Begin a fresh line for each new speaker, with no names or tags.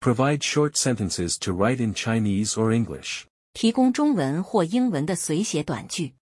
Provide short sentences to write in Chinese or English.
提供中文或英文的随写短句。